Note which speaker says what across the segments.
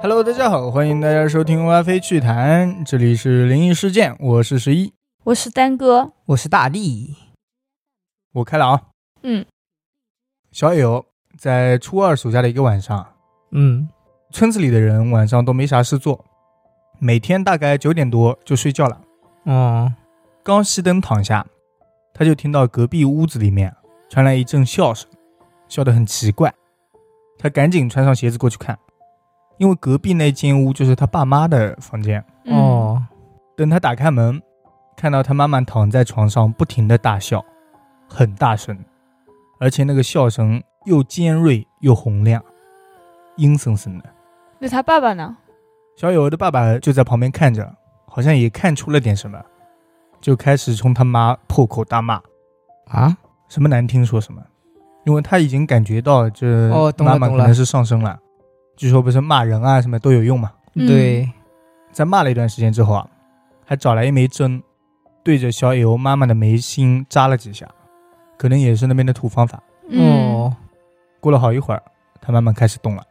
Speaker 1: Hello，大家好，欢迎大家收听 WiFi 趣谈，这里是灵异事件，我是十一，
Speaker 2: 我是丹哥，
Speaker 3: 我是大力。
Speaker 1: 我开了啊。
Speaker 2: 嗯，
Speaker 1: 小野游在初二暑假的一个晚上，
Speaker 3: 嗯
Speaker 1: 村子里的人晚上都没啥事做，每天大概九点多就睡觉了。
Speaker 3: 哦，
Speaker 1: 刚熄灯躺下，他就听到隔壁屋子里面传来一阵笑声，笑得很奇怪。他赶紧穿上鞋子过去看，因为隔壁那间屋就是他爸妈的房间。
Speaker 2: 嗯，
Speaker 3: 哦，
Speaker 1: 等他打开门，看到他妈妈躺在床上不停的大笑，很大声，而且那个笑声又尖锐又洪亮，阴森森的。
Speaker 2: 那他爸爸呢？
Speaker 1: 小友的爸爸就在旁边看着，好像也看出了点什么，就开始冲他妈破口大骂，
Speaker 3: 啊，
Speaker 1: 什么难听说什么，因为他已经感觉到这
Speaker 3: 哦懂了
Speaker 1: 妈妈
Speaker 3: 懂
Speaker 1: 可
Speaker 3: 了
Speaker 1: 能是上升了，据说不是骂人啊什么都有用嘛。
Speaker 2: 嗯
Speaker 3: 对，
Speaker 1: 在骂了一段时间之后啊，还找来一枚针，对着小野鸥妈妈的眉心扎了几下，可能也是那边的土方法。
Speaker 2: 嗯，
Speaker 3: 哦，
Speaker 1: 过了好一会儿，她慢慢开始动了，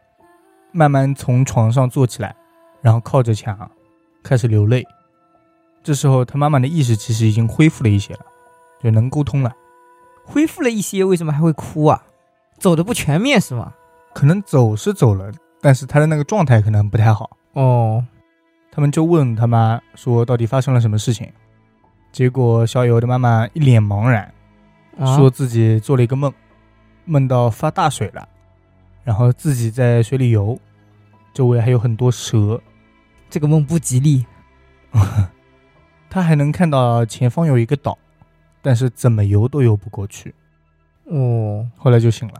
Speaker 1: 慢慢从床上坐起来，然后靠着墙，开始流泪。这时候，她妈妈的意识其实已经恢复了一些了，就能沟通了，
Speaker 3: 恢复了一些，为什么还会哭啊？走的不全面是吗？
Speaker 1: 可能走是走了，但是她的那个状态可能不太好。
Speaker 3: 哦，
Speaker 1: 他们就问他妈说到底发生了什么事情，结果小野鸥的妈妈一脸茫然。
Speaker 3: 啊
Speaker 1: 说自己做了一个梦，梦到发大水了，然后自己在水里游，周围还有很多蛇，
Speaker 3: 这个梦不吉利。
Speaker 1: 他还能看到前方有一个岛，但是怎么游都游不过去。
Speaker 3: 哦，
Speaker 1: 后来就醒了。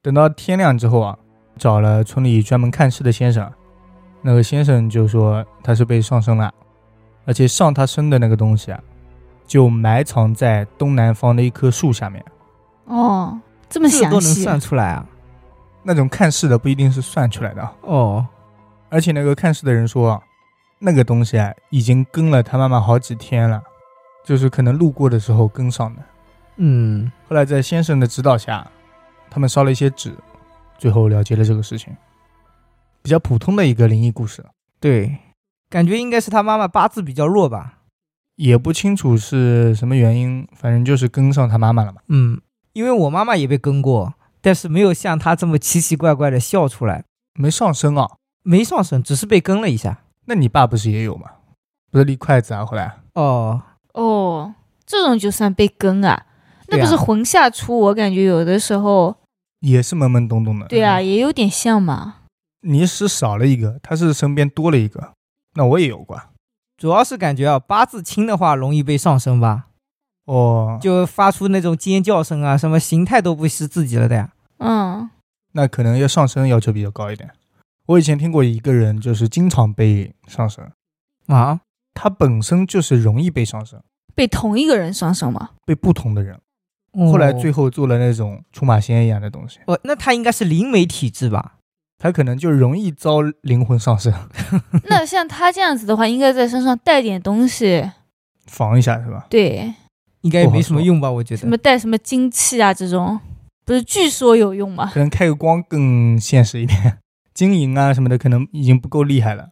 Speaker 1: 等到天亮之后啊，找了村里专门看事的先生，那个先生就说他是被上身了，而且上他身的那个东西啊，就埋藏在东南方的一棵树下面。
Speaker 2: 哦，这么
Speaker 3: 这
Speaker 2: 详
Speaker 3: 都能
Speaker 2: 细，
Speaker 3: 算出来啊？
Speaker 1: 那种看事的不一定是算出来的啊，
Speaker 3: 哦，
Speaker 1: 而且那个看事的人说，那个东西啊已经跟了他妈妈好几天了，就是可能路过的时候跟上的。
Speaker 3: 嗯，
Speaker 1: 后来在先生的指导下，他们烧了一些纸，最后了结了这个事情。比较普通的一个灵异故事，
Speaker 3: 对，感觉应该是他妈妈八字比较弱吧？
Speaker 1: 也不清楚是什么原因，反正就是跟上他妈妈了嘛。
Speaker 3: 嗯，因为我妈妈也被跟过，但是没有像她这么奇奇怪怪的笑出来，
Speaker 1: 没上身啊？
Speaker 3: 没上身，只是被跟了一下。
Speaker 1: 那你爸不是也有吗？不是立筷子啊？后来
Speaker 3: 哦，
Speaker 2: 哦，这种就算被跟啊，那
Speaker 3: 对
Speaker 2: 不
Speaker 3: 啊
Speaker 2: 是魂下出？我感觉有的时候，
Speaker 1: 也是懵懵懂懂的。
Speaker 2: 对
Speaker 3: 嗯
Speaker 2: 啊，，也有点像嘛。
Speaker 1: 你是少了一个，他是身边多了一个。那我也有过啊
Speaker 3: 主要是感觉啊，八字轻的话容易被上身吧，
Speaker 1: 哦，
Speaker 3: 就发出那种尖叫声啊，什么形态都不是自己了的呀。
Speaker 2: 嗯，
Speaker 1: 那可能要上身要求比较高一点。我以前听过一个人，就是经常被上身，
Speaker 3: 啊，
Speaker 1: 他本身就是容易被上身，
Speaker 2: 被同一个人上身 嘛。
Speaker 1: 被不同的人。
Speaker 3: 后
Speaker 1: 后来最后做了那种出马仙一样的东西，
Speaker 3: 哦，那他应该是灵媒体质吧？
Speaker 1: 他可能就容易遭灵魂上身，
Speaker 2: 那像他这样子的话，应该在身上带点东西，
Speaker 1: 防一下是吧？
Speaker 2: 对，
Speaker 3: 应该也没什么用吧？我觉
Speaker 2: 什么
Speaker 3: 得。
Speaker 2: 带什么精气啊这种，不是据说有用吗？
Speaker 1: 可能开个光更现实一点， 金银啊什么的可能已经不够厉害了。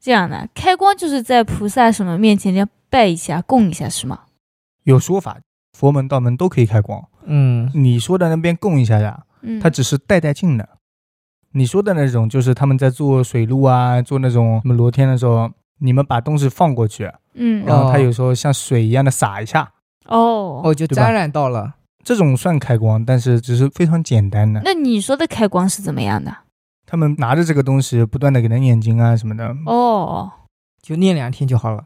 Speaker 2: 这样的开光就是在菩萨什么面前要拜一下、供一下是吗？
Speaker 1: 有说法，佛门、道门都可以开光。
Speaker 3: 嗯，
Speaker 1: 你说的那边供一下呀，
Speaker 2: 嗯，
Speaker 1: 它只是带带劲的。你说的那种，就是他们在做水路啊，做那种什么罗天的时候，你们把东西放过去，
Speaker 2: 嗯
Speaker 1: 然后它
Speaker 3: 哦
Speaker 1: 有时候像水一样的洒一下，
Speaker 2: 哦，
Speaker 3: 哦，就
Speaker 1: 对吧
Speaker 3: 沾染到了。
Speaker 1: 这种算开光，但是只是非常简单的。
Speaker 2: 那你说的开光是怎么样的？
Speaker 1: 他们拿着这个东西，不断的给他念经啊什么的，
Speaker 2: 哦，
Speaker 3: 就念两天就好了。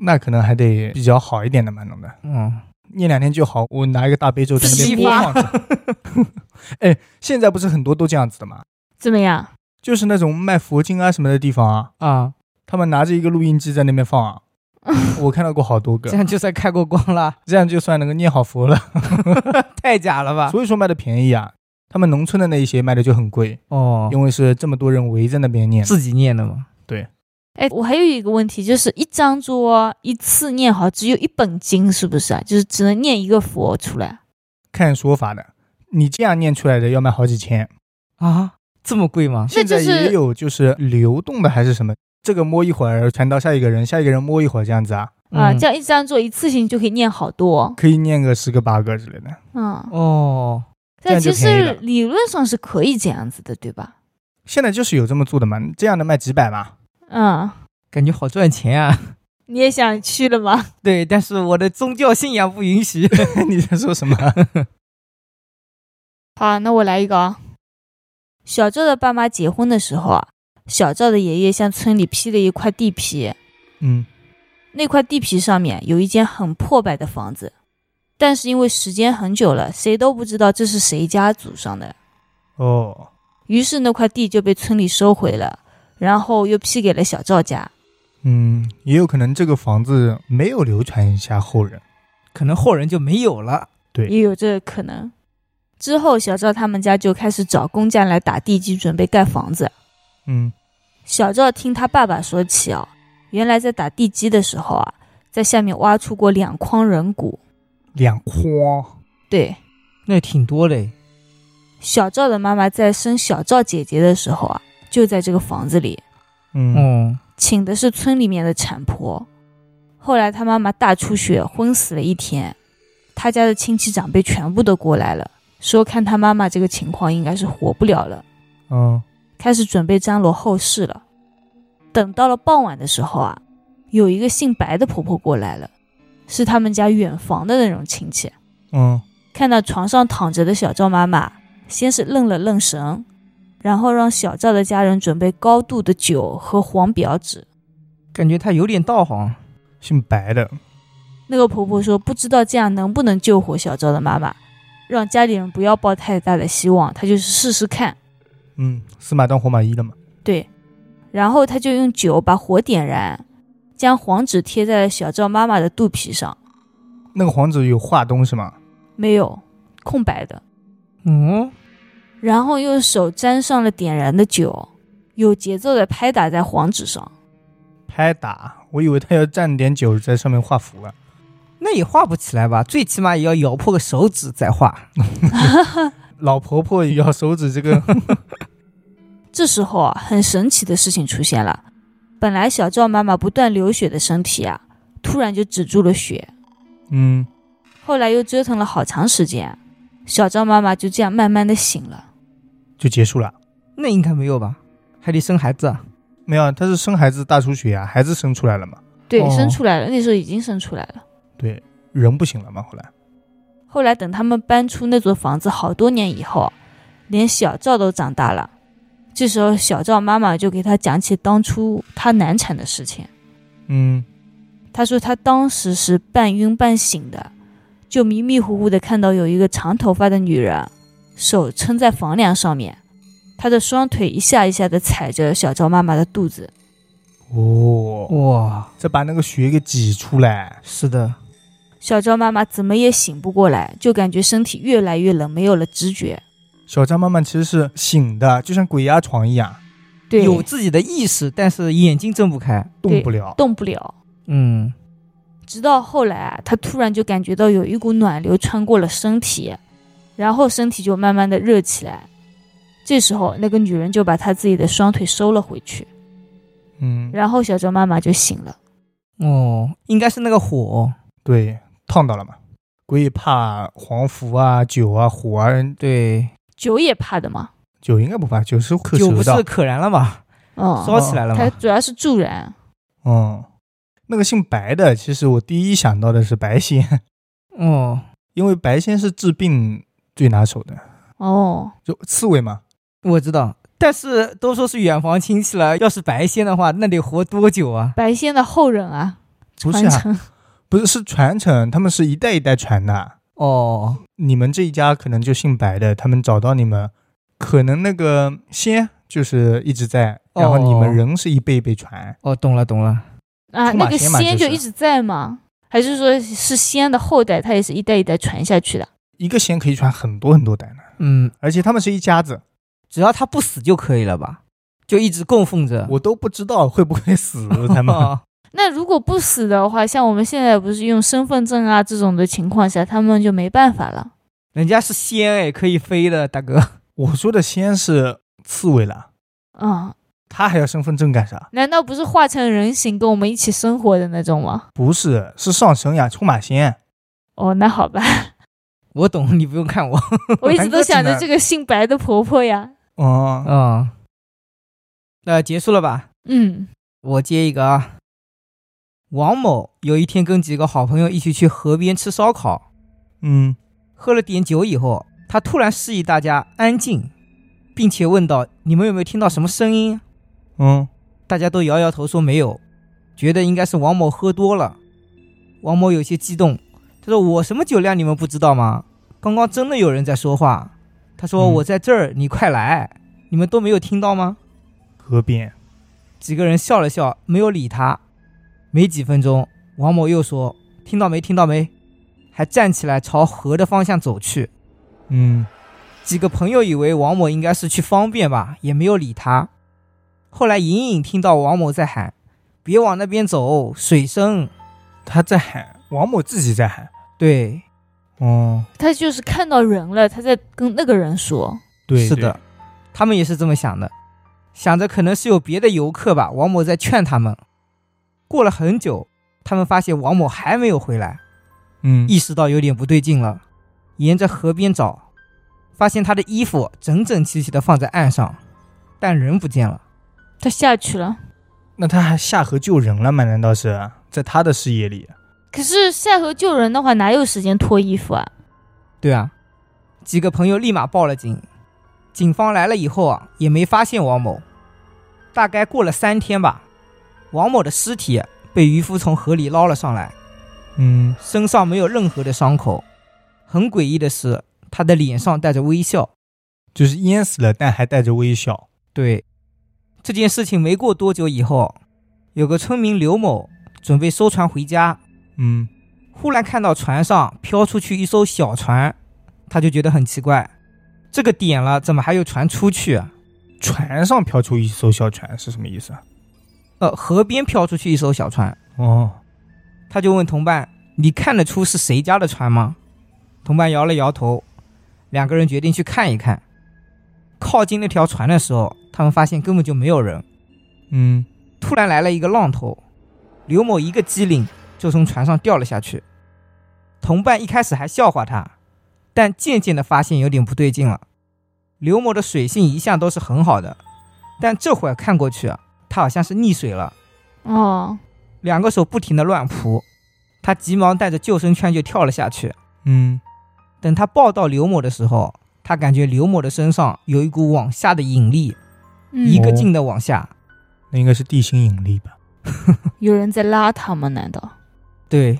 Speaker 1: 那可能还得比较好一点的嘛，弄的
Speaker 3: 嗯，
Speaker 1: 念两天就好。我拿一个大悲咒在那
Speaker 2: 自己
Speaker 1: 边播放着。 哎，现在不是很多都这样子的嘛，
Speaker 2: 怎么样？
Speaker 1: 就是那种卖佛经啊什么的地方啊，
Speaker 3: 啊，
Speaker 1: 他们拿着一个录音机在那边放啊，我看到过好多个
Speaker 3: 这，样就算开过光了，
Speaker 1: 这样就算能够念好佛了。
Speaker 3: 太假了吧？
Speaker 1: 所以说卖的便宜啊，他们农村的那一些卖的就很贵，
Speaker 3: 哦，
Speaker 1: 因为是这么多人围在那边念的。
Speaker 3: 自己念的嘛。
Speaker 2: 哎，我还有一个问题，就是一张桌一次念好只有一本经，是不是啊？就是只能念一个佛出来。
Speaker 1: 看说法的，你这样念出来的要卖好几千，
Speaker 3: 啊，这么贵吗？
Speaker 1: 现在
Speaker 2: 那就是
Speaker 1: 也有就是流动的还是什么？这个摸一会儿传到下一个人，下一个人摸一会儿这样子啊，
Speaker 2: 啊，
Speaker 3: 嗯
Speaker 2: 这样一张做一次性就可以念好多，
Speaker 1: 可以念个十个八个之类的。
Speaker 2: 嗯，
Speaker 3: 哦，
Speaker 1: 这样
Speaker 2: 但
Speaker 1: 就
Speaker 2: 其
Speaker 1: 便宜了
Speaker 2: 实理论上是可以这样子的，对吧？
Speaker 1: 现在就是有这么做的嘛，这样的卖几百嘛，
Speaker 2: 嗯，
Speaker 3: 感觉好赚钱啊！
Speaker 2: 你也想去了吗？
Speaker 3: 对，但是我的宗教信仰不允许。
Speaker 1: 你在说什么？
Speaker 2: 好，那我来一个啊。小赵的爸妈结婚的时候啊，小赵的爷爷向村里批了一块地皮，
Speaker 1: 嗯，
Speaker 2: 那块地皮上面有一间很破败的房子，但是因为时间很久了，谁都不知道这是谁家祖上的，
Speaker 1: 哦，
Speaker 2: 于是那块地就被村里收回了，然后又批给了小赵家。
Speaker 1: 嗯，也有可能这个房子没有流传下后人。
Speaker 3: 可能后人就没有了。
Speaker 1: 对
Speaker 2: 也有这个可能。之后，小赵他们家就开始找工匠来打地基，准备盖房子。
Speaker 1: 嗯，
Speaker 2: 小赵听他爸爸说起哦，原来在打地基的时候啊，在下面挖出过两筐人骨。
Speaker 1: 两筐，
Speaker 2: 对，
Speaker 3: 那也挺多嘞，
Speaker 2: 小赵的妈妈在生小赵姐姐的时候啊，就在这个房子里，
Speaker 1: 嗯，
Speaker 3: 哦，
Speaker 2: 请的是村里面的产婆。后来他妈妈大出血，昏死了一天，他家的亲戚长辈全部都过来了，说看他妈妈这个情况应该是活不了了。
Speaker 1: 哦，
Speaker 2: 开始准备张罗后事了。等到了傍晚的时候啊，有一个姓白的婆婆过来了，是他们家远房的那种亲戚。
Speaker 1: 嗯，
Speaker 2: 看到床上躺着的小赵妈妈，先是愣了愣神，然后让小赵的家人准备高度的酒和黄表纸。
Speaker 3: 感觉他有点道行。
Speaker 1: 姓白的，
Speaker 2: 那个婆婆说，不知道这样能不能救活小赵的妈妈，让家里人不要抱太大的希望，她就是试试看。
Speaker 1: 嗯，死马当活马医了嘛。
Speaker 2: 对，然后他就用酒把火点燃，将黄纸贴在了小赵妈妈的肚皮上，
Speaker 1: 那个黄纸有画东西吗？
Speaker 2: 没有空白的，
Speaker 3: 嗯，
Speaker 2: 然后用手沾上了点燃的酒，有节奏的拍打在黄纸上。
Speaker 1: 拍打，我以为他要蘸点酒在上面画符啊了。
Speaker 3: 那也画不起来吧？最起码也要咬破个手指再画。
Speaker 1: 老婆婆咬手指，这个
Speaker 2: 这时候啊，很神奇的事情出现了，本来小赵妈妈不断流血的身体啊，突然就止住了血。
Speaker 1: 嗯，
Speaker 2: 后来又折腾了好长时间，小赵妈妈就这样慢慢的醒了。
Speaker 1: 就结束了。
Speaker 3: 那应该没有吧？还得生孩子啊？
Speaker 1: 没有啊，他是生孩子大出血啊，孩子生出来了嘛，
Speaker 2: 对，
Speaker 3: 哦
Speaker 2: 生出来了，那时候已经生出来了。
Speaker 1: 对，人不行了嘛，后来，
Speaker 2: 后来等他们搬出那座房子好多年以后，连小赵都长大了。这时候，小赵妈妈就给他讲起当初他难产的事情。
Speaker 1: 嗯，
Speaker 2: 他说他当时是半晕半醒的，就迷迷糊糊的看到有一个长头发的女人，手撑在房梁上面，她的双腿一下一下的踩着小赵妈妈的肚子。
Speaker 1: 哦，
Speaker 3: 哇，
Speaker 1: 这把那个血给挤出来，
Speaker 3: 是的，
Speaker 2: 小赵妈妈怎么也醒不过来，就感觉身体越来越冷，没有了知觉。
Speaker 1: 小张妈妈其实是醒的，就像鬼压床一样，
Speaker 2: 对，
Speaker 3: 有自己的意识，但是眼睛睁不开。
Speaker 1: 动不了，
Speaker 2: 动不了。
Speaker 3: 嗯，
Speaker 2: 直到后来啊，他突然就感觉到有一股暖流穿过了身体，然后身体就慢慢的热起来。这时候，那个女人就把她自己的双腿收了回去，
Speaker 1: 嗯，
Speaker 2: 然后小赵妈妈就醒了。
Speaker 3: 哦，应该是那个火。
Speaker 1: 对，烫到了嘛，鬼也怕黄符啊、酒啊、火啊，
Speaker 3: 对，
Speaker 2: 酒也怕的嘛，
Speaker 1: 酒应该不怕，酒是可
Speaker 3: 酒
Speaker 1: 舌
Speaker 3: 不
Speaker 1: 的
Speaker 3: 是，可燃了吗？
Speaker 2: 嗯，
Speaker 3: 烧起来了
Speaker 2: 它
Speaker 3: 吗？
Speaker 2: 主要是助燃。
Speaker 1: 嗯，那个姓白的，其实我第一想到的是白仙，
Speaker 3: 哦，
Speaker 1: 因为白仙是治病最拿手的，
Speaker 2: 哦，
Speaker 1: 就刺猬嘛，
Speaker 3: 我知道。但是都说是远房亲戚了，要是白仙的话，那得活多久啊？
Speaker 2: 白仙的后人啊，
Speaker 1: 不是
Speaker 2: 传
Speaker 1: 啊，
Speaker 2: 承。
Speaker 1: 不是是传承，他们是一代一代传的。
Speaker 3: 哦，
Speaker 1: 你们这一家可能就姓白的，他们找到你们，可能那个仙就是一直在，
Speaker 3: 哦
Speaker 1: 然后你们人是一辈一辈传。
Speaker 3: 哦，懂了懂了。
Speaker 2: 啊，
Speaker 1: 出
Speaker 2: 那
Speaker 1: 马
Speaker 2: 个
Speaker 1: 仙嘛
Speaker 2: 仙
Speaker 1: 就
Speaker 2: 就是一直在吗？还是说是仙的后代，他也是一代一代传下去的？
Speaker 1: 一个仙可以传很多很多代呢，
Speaker 3: 嗯，
Speaker 1: 而且他们是一家子，
Speaker 3: 只要他不死就可以了吧？就一直供奉着。
Speaker 1: 我都不知道会不会 死他们。
Speaker 3: 哦
Speaker 2: 那如果不死的话，像我们现在不是用身份证啊这种的情况下，他们就没办法了。
Speaker 3: 人家是仙哎，可以飞的，大哥。
Speaker 1: 我说的仙是刺猬了，
Speaker 2: 嗯，
Speaker 1: 他还要身份证干啥？
Speaker 2: 难道不是化成人形跟我们一起生活的那种吗？
Speaker 1: 不是，是上神呀，出马仙。
Speaker 2: 哦，那好吧，
Speaker 3: 我懂，你 不用看我。
Speaker 2: 我一直都想
Speaker 1: 难怪进来
Speaker 2: 着
Speaker 1: 了
Speaker 2: 这个姓白的婆婆呀。
Speaker 1: 哦、
Speaker 3: 嗯，那结束了吧？
Speaker 2: 嗯，
Speaker 3: 我接一个啊。王某有一天跟几个好朋友一起去河边吃烧烤，
Speaker 1: 嗯，
Speaker 3: 喝了点酒以后，他突然示意大家安静，并且问道：“你们有没有听到什么声音
Speaker 1: 嗯，？”
Speaker 3: 大家都摇摇头说没有，觉得应该是王某喝多了。王某有些激动，他说：“我什么酒量你们不知道吗？刚刚真的有人在说话。”他说：“
Speaker 1: 嗯
Speaker 3: 我在这儿，你快来！你们都没有听到吗？”
Speaker 1: 河边，
Speaker 3: 几个人笑了笑，没有理他。没几分钟，王某又说：“听到没？听到没？”还站起来朝河的方向走去。
Speaker 1: 嗯
Speaker 3: 几个朋友以为王某应该是去方便吧，也没有理他。后来隐隐听到王某在喊：“别往那边走，水声。
Speaker 1: 他在喊，王某自己在喊。”
Speaker 3: 对，
Speaker 1: 哦，
Speaker 2: 她就是看到人了，她在跟那个人说。
Speaker 1: 对，
Speaker 3: 是的，他们也是这么想的，想着可能是有别的游客吧。王某在劝他们。过了很久，他们发现王某还没有回
Speaker 1: 对，
Speaker 3: 来。
Speaker 1: 嗯，
Speaker 3: 意识到有点不对劲了，沿着河边找，发现他的衣服整整齐齐地放在岸上，但人不见了。
Speaker 2: 她下去了，
Speaker 1: 那他还下河救人了吗？难道是在他的视野里？
Speaker 2: 可是下河救人的话，哪有时间脱衣服啊？
Speaker 3: 对啊，几个朋友立马报了警。警方来了以后啊，也没发现王某。大概过了三天吧，王某的尸体被渔夫从河里捞了上来，
Speaker 1: 嗯，
Speaker 3: 身上没有任何的伤口。很诡异的是，他的脸上带着微笑。
Speaker 1: 就是淹死了，但还带着微笑。
Speaker 3: 对，这件事情没过多久以后，有个村民刘某准备收船回家，
Speaker 1: 嗯
Speaker 3: 忽然看到船上飘出去一艘小船，他就觉得很奇怪，这个点了怎么还有船出去啊？
Speaker 1: 船上飘出一艘小船是什么意思啊？
Speaker 3: 呃，河边飘出去一艘小船，
Speaker 1: 哦，
Speaker 3: 他就问同伴：“你看得出是谁家的船吗？”同伴摇了摇头，两个人决定去看一看。靠近那条船的时候，他们发现根本就没有人，
Speaker 1: 嗯，
Speaker 3: 突然来了一个浪头，刘某一个机灵就从船上掉了下去。同伴一开始还笑话他，但渐渐的发现有点不对劲了。刘某的水性一向都是很好的，但这会儿看过去啊，他好像是溺水了，
Speaker 2: 哦，
Speaker 3: 两个手不停的乱扑。他急忙带着救生圈就跳了下去。
Speaker 1: 嗯，
Speaker 3: 等他抱到刘某的时候，他感觉刘某的身上有一股往下的引力，
Speaker 2: 嗯
Speaker 3: 一，个劲的往下。
Speaker 1: 那应该是地心引力吧？
Speaker 2: 有人在拉她吗？难道？
Speaker 3: 对，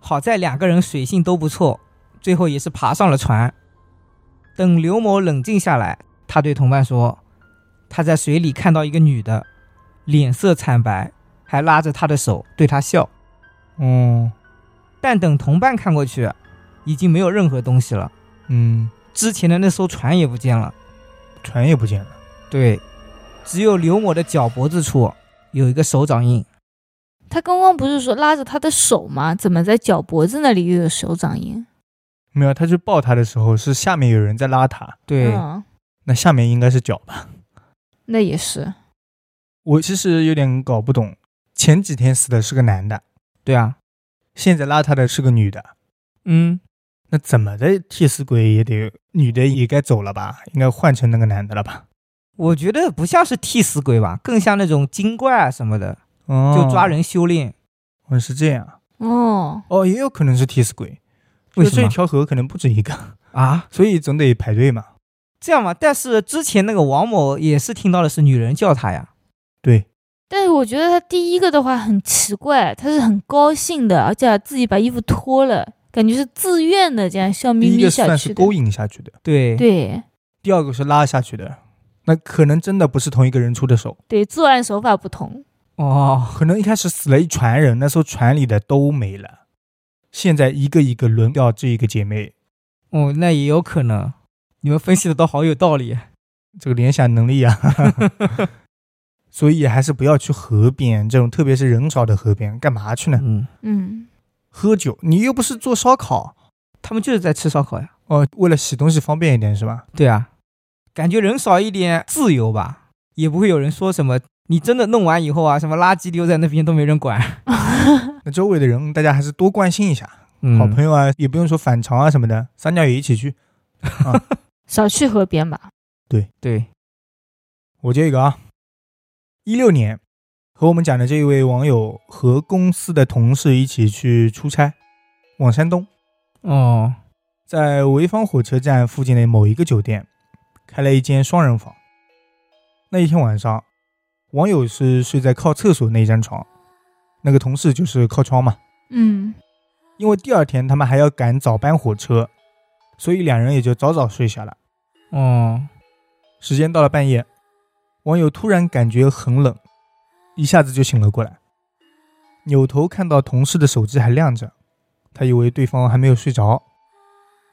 Speaker 3: 好在两个人水性都不错，最后也是爬上了船。等刘某冷静下来，他对同伴说：“他在水里看到一个女的，脸色惨白，还拉着她的手对她笑。
Speaker 1: 哦，
Speaker 3: 但等同伴看过去，已经没有任何东西了，
Speaker 1: 嗯，
Speaker 3: 之前的那艘船也不见了。
Speaker 1: 船也不见了。
Speaker 3: 对，只有刘某的脚脖子处有一个手掌印。
Speaker 2: 她刚刚不是说拉着她的手吗？怎么在脚脖子那里又有手掌印？
Speaker 1: 没有，他去抱他的时候是下面有人在拉他，
Speaker 3: 对，
Speaker 2: 嗯，
Speaker 1: 那下面应该是脚吧？
Speaker 2: 那也是。
Speaker 1: 我其实有点搞不懂，前几天死的是个男的，
Speaker 3: 对啊，
Speaker 1: 现在拉他的是个女的，
Speaker 3: 嗯，
Speaker 1: 那怎么的替死鬼也得女的也该走了吧？应该换成那个男的了吧？
Speaker 3: 我觉得不像是替死鬼吧，更像那种精怪啊什么的。
Speaker 1: 哦
Speaker 3: 就抓，人修炼。
Speaker 1: 哦是这样，
Speaker 2: 哦，
Speaker 1: 哦，也有可能是替死鬼，
Speaker 3: 为
Speaker 1: 就
Speaker 3: 什
Speaker 1: 这
Speaker 3: 么
Speaker 1: 一条河可能不止一个，
Speaker 3: 啊？
Speaker 1: 所以总得排队嘛。
Speaker 3: 这样吧，但是之前那个王某也是听到的是女人叫他呀。
Speaker 1: 对，
Speaker 2: 但是我觉得她第一个的话很奇怪，她是很高兴的，而且自己把衣服脱了，感觉是自愿的，这样笑眯
Speaker 1: 第一
Speaker 2: 眯
Speaker 1: 个
Speaker 2: 下
Speaker 1: 算是
Speaker 2: 去的
Speaker 1: 勾。引下去的，
Speaker 3: 对，
Speaker 2: 对
Speaker 1: 第二个是拉下去的，那可能真的不是同一个人出的手，
Speaker 2: 对，作案手法不同。
Speaker 3: 哦，
Speaker 1: 可能一开始死了一船人，那时候船里的都没了，现在一个一个轮到这一个姐妹，
Speaker 3: 哦，那也有可能。你们分析的都好有道理。
Speaker 1: 这个联想能 力啊，所以还是不要去河边这种，特别是人少的河边，干嘛去呢？
Speaker 3: 嗯，
Speaker 2: 嗯，
Speaker 1: 喝酒，你又不是做烧烤
Speaker 3: 他们就是在吃烧烤呀。
Speaker 1: 哦，为了洗东西方便一点是吧？
Speaker 3: 对啊，感觉人少一点自由吧，也不会有人说什么。你真的弄完以后啊，什么垃圾丢在那边都没人管。
Speaker 1: 那周围的人大家还是多关心一下，
Speaker 3: 嗯
Speaker 1: 好朋友啊，也不用说反常啊什么的，三鸟也一起去。
Speaker 2: 少去河边吧。
Speaker 3: 对，
Speaker 1: 我接一个啊，一六年和我们讲的这一位网友和公司的同事一起去出差，往山东，
Speaker 3: 哦，
Speaker 1: 在潍坊火车站附近的某一个酒店，开了一间双人房。那一天晚上，网友是睡在靠厕所那张床，那个同事就是靠窗嘛。
Speaker 2: 嗯，
Speaker 1: 因为第二天他们还要赶早班火车，所以两人也就早早睡下了。
Speaker 3: 哦，
Speaker 1: 时间到了半夜，网友突然感觉很冷，一下子就醒了过来，扭头看到同事的手机还亮着，他以为对方还没有睡着，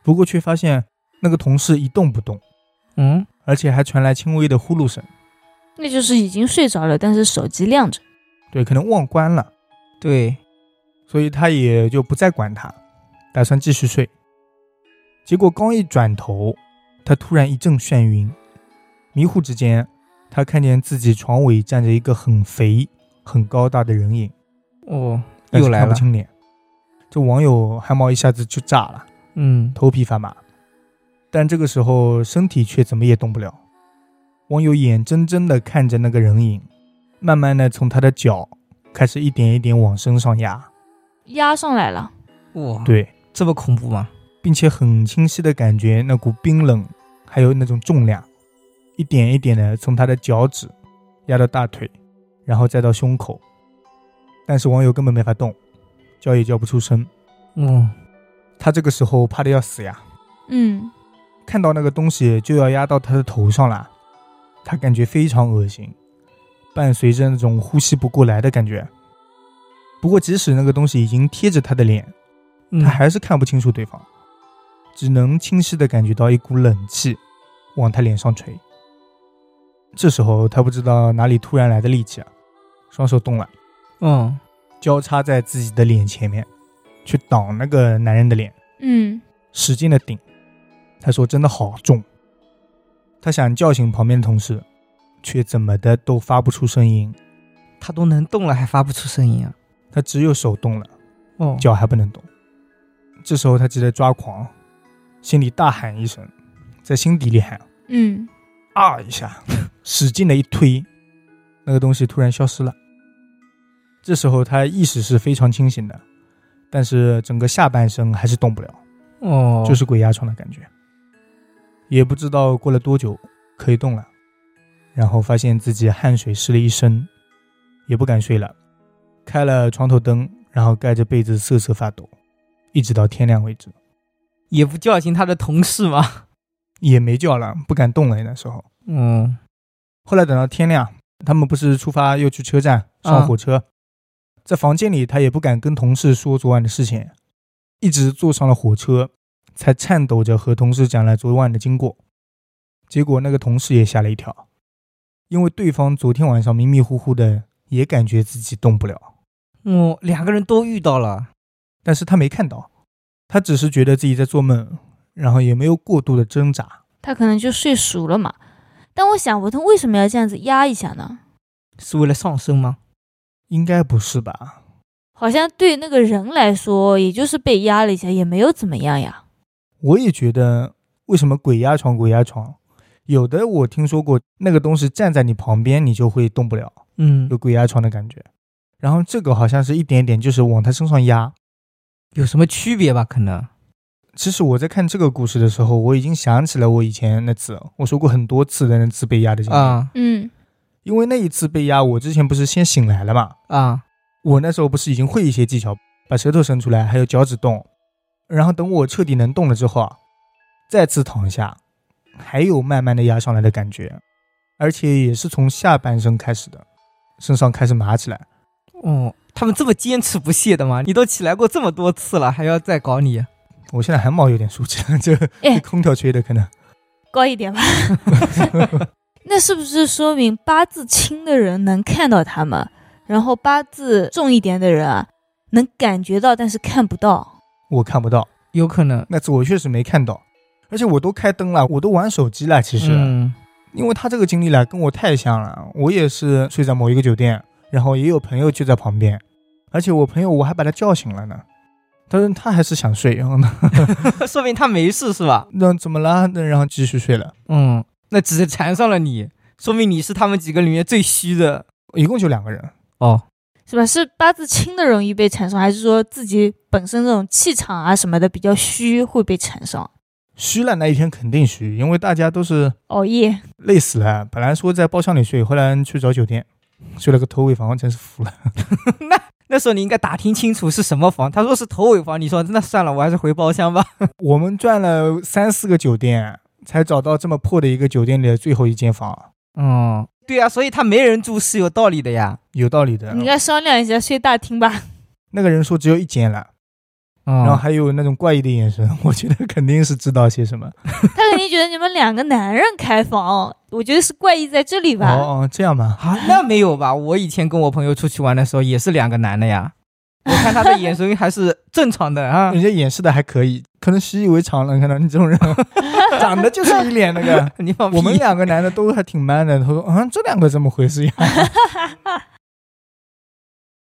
Speaker 1: 不过却发现那个同事一动不动，
Speaker 3: 嗯，
Speaker 1: 而且还传来轻微的呼噜声。
Speaker 2: 那就是已经睡着了，但是手机亮着。
Speaker 1: 对，可能忘关了，
Speaker 3: 对，
Speaker 1: 所以他也就不再管他，打算继续睡。结果刚一转头，他突然一阵眩晕，迷糊之间，他看见自己床尾站着一个很肥、很高大的人影。
Speaker 3: 哦，
Speaker 1: 但是
Speaker 3: 又来
Speaker 1: 看
Speaker 3: 了
Speaker 1: 不，清脸。这网友汗毛一下子就炸了，
Speaker 3: 嗯，
Speaker 1: 头皮发麻。但这个时候身体却怎么也动不了。网友眼睁睁地看着那个人影，慢慢的从他的脚开始一点一点往身上压，
Speaker 2: 压上来了，
Speaker 3: 哇，，
Speaker 1: 对，
Speaker 3: 这么恐怖吗？
Speaker 1: 并且很清晰的感觉那股冰冷，还有那种重量，一点一点的从他的脚趾压到大腿，然后再到胸口。但是网友根本没法动，叫也叫不出声。
Speaker 3: 哦，
Speaker 1: 他这个时候怕的要死呀，
Speaker 2: 嗯，
Speaker 1: 看到那个东西就要压到他的头上了，他感觉非常恶心，伴随着那种呼吸不过来的感觉。不过即使那个东西已经贴着他的脸，
Speaker 3: 嗯
Speaker 1: 他还是看不清楚对方，只能清晰的感觉到一股冷气往他脸上吹。这时候他不知道哪里突然来的力气啊，双手动了，
Speaker 3: 嗯，
Speaker 1: 交叉在自己的脸前面，去挡那个男人的脸。
Speaker 2: 嗯，
Speaker 1: 使劲的顶。他说：“真的好重。”他想叫醒旁边的同事，却怎么的都发不出声音。
Speaker 3: 他都能动了，还发不出声音啊？
Speaker 1: 他只有手动了，
Speaker 3: 哦，
Speaker 1: 脚还不能动。这时候他急得抓狂，心里大喊一声，在心底里喊
Speaker 2: 嗯，
Speaker 1: 啊一下，使劲的一推，那个东西突然消失了。这时候他意识是非常清醒的，但是整个下半身还是动不了。
Speaker 3: 哦，
Speaker 1: 就是鬼压床的感觉。也不知道过了多久，可以动了，然后发现自己汗水湿了一身，也不敢睡了，开了床头灯，然后盖着被子瑟瑟发抖，一直到天亮为止，
Speaker 3: 也不叫醒他的同事吗？
Speaker 1: 也没叫了，不敢动了。那时候，
Speaker 3: 嗯，
Speaker 1: 后来等到天亮，他们不是出发又去车站上火车，在房间里他也不敢跟同事说昨晚的事情，一直坐上了火车，才颤抖着和同事讲了昨晚的经过。结果那个同事也吓了一跳，因为对方昨天晚上迷迷糊糊的，也感觉自己动不了，
Speaker 3: 哦，两个人都遇到了，
Speaker 1: 但是他没看到，他只是觉得自己在做梦，然后也没有过度的挣扎。
Speaker 2: 他可能就睡熟了嘛。但我想不通为什么要这样子压一下呢？
Speaker 3: 是为了上升吗？
Speaker 1: 应该不是吧？
Speaker 2: 好像对那个人来说，也就是被压了一下，也没有怎么样呀。
Speaker 1: 我也觉得，为什么鬼压床？鬼压床，有的我听说过，那个东西站在你旁边，你就会动不了，
Speaker 3: 嗯
Speaker 1: 有，鬼压床的感觉。然后这个好像是一点一点，就是往他身上压。
Speaker 3: 有什么区别吧？可能，
Speaker 1: 其实我在看这个故事的时候，我已经想起了我以前那次，我说过很多次的那次被压的经历。
Speaker 3: 啊
Speaker 2: 嗯
Speaker 1: 因为那一次被压，我之前不是先醒来了嘛，
Speaker 3: 啊，
Speaker 1: 我那时候不是已经会一些技巧，把舌头伸出来，还有脚趾动，然后等我彻底能动了之后啊，再次躺下，还有慢慢的压上来的感觉，而且也是从下半身开始的，身上开始麻起来。
Speaker 3: 哦，他们这么坚持不懈的吗？你都起来过这么多次了，还要再搞你？
Speaker 1: 我现在汗毛有点竖起来，这这
Speaker 2: 哎
Speaker 1: 空调吹的可能。
Speaker 2: 高一点吧。 那是不是说明八字轻的人能看到他们，然后八字重一点的人啊，能感觉到但是看不到？
Speaker 1: 我看不到，
Speaker 3: 有可能，
Speaker 1: 那次我确实没看到。而且我都开灯了，我都玩手机了，其实，
Speaker 3: 嗯
Speaker 1: 因为他这个经历了跟我太像了，我也是睡在某一个酒店，然后也有朋友就在旁边，而且我朋友我还把他叫醒了呢，但是他还是想睡，然后呢，
Speaker 3: 说明他没事是吧？
Speaker 1: 那怎么了？那然后继续睡了，
Speaker 3: 嗯，那只是缠上了你，说明你是他们几个里面最虚的
Speaker 1: 一共就两个人，
Speaker 3: 哦。
Speaker 2: 是吧？是八字轻的容易被缠上，还是说自己本身这种气场啊什么的比较虚会被缠上？
Speaker 1: 虚了那一天肯定虚，因为大家都是
Speaker 2: 熬夜，
Speaker 1: 累死了，本来说在包厢里睡，后来去找酒店，睡了个头尾房，真是服了。
Speaker 3: 那时候你应该打听清楚是什么房，他说是头尾房，你说那算了，我还是回包厢吧。
Speaker 1: 我们转了三四个酒店，才找到这么破的一个酒店里的最后一间房，
Speaker 3: 嗯，
Speaker 1: 哦
Speaker 3: 对呀、所以他没人住是有道理的呀。
Speaker 1: 有道理的
Speaker 2: 你。应该商量一下睡大厅吧。
Speaker 1: 那个人说只有一间了，
Speaker 3: 嗯
Speaker 1: 然后还有那种怪异的眼神， 我觉得肯定是知道些什么。
Speaker 2: 他肯定觉得你们两个男人开房，我觉得是怪异在这里
Speaker 1: 哦
Speaker 2: 吧。
Speaker 1: 哦，这样吧，
Speaker 3: 啊，那没 有吧？我以前跟我朋友出去玩的时候也是两个男的呀，我看他的眼神还是正常的啊
Speaker 1: 人。家掩饰的还可以，可能习以为常了。你看到你这种人，长得就是一脸那个。
Speaker 3: 你放屁！
Speaker 1: 我们两个男的都还挺 man 的，他说：“嗯，这两个怎么回事呀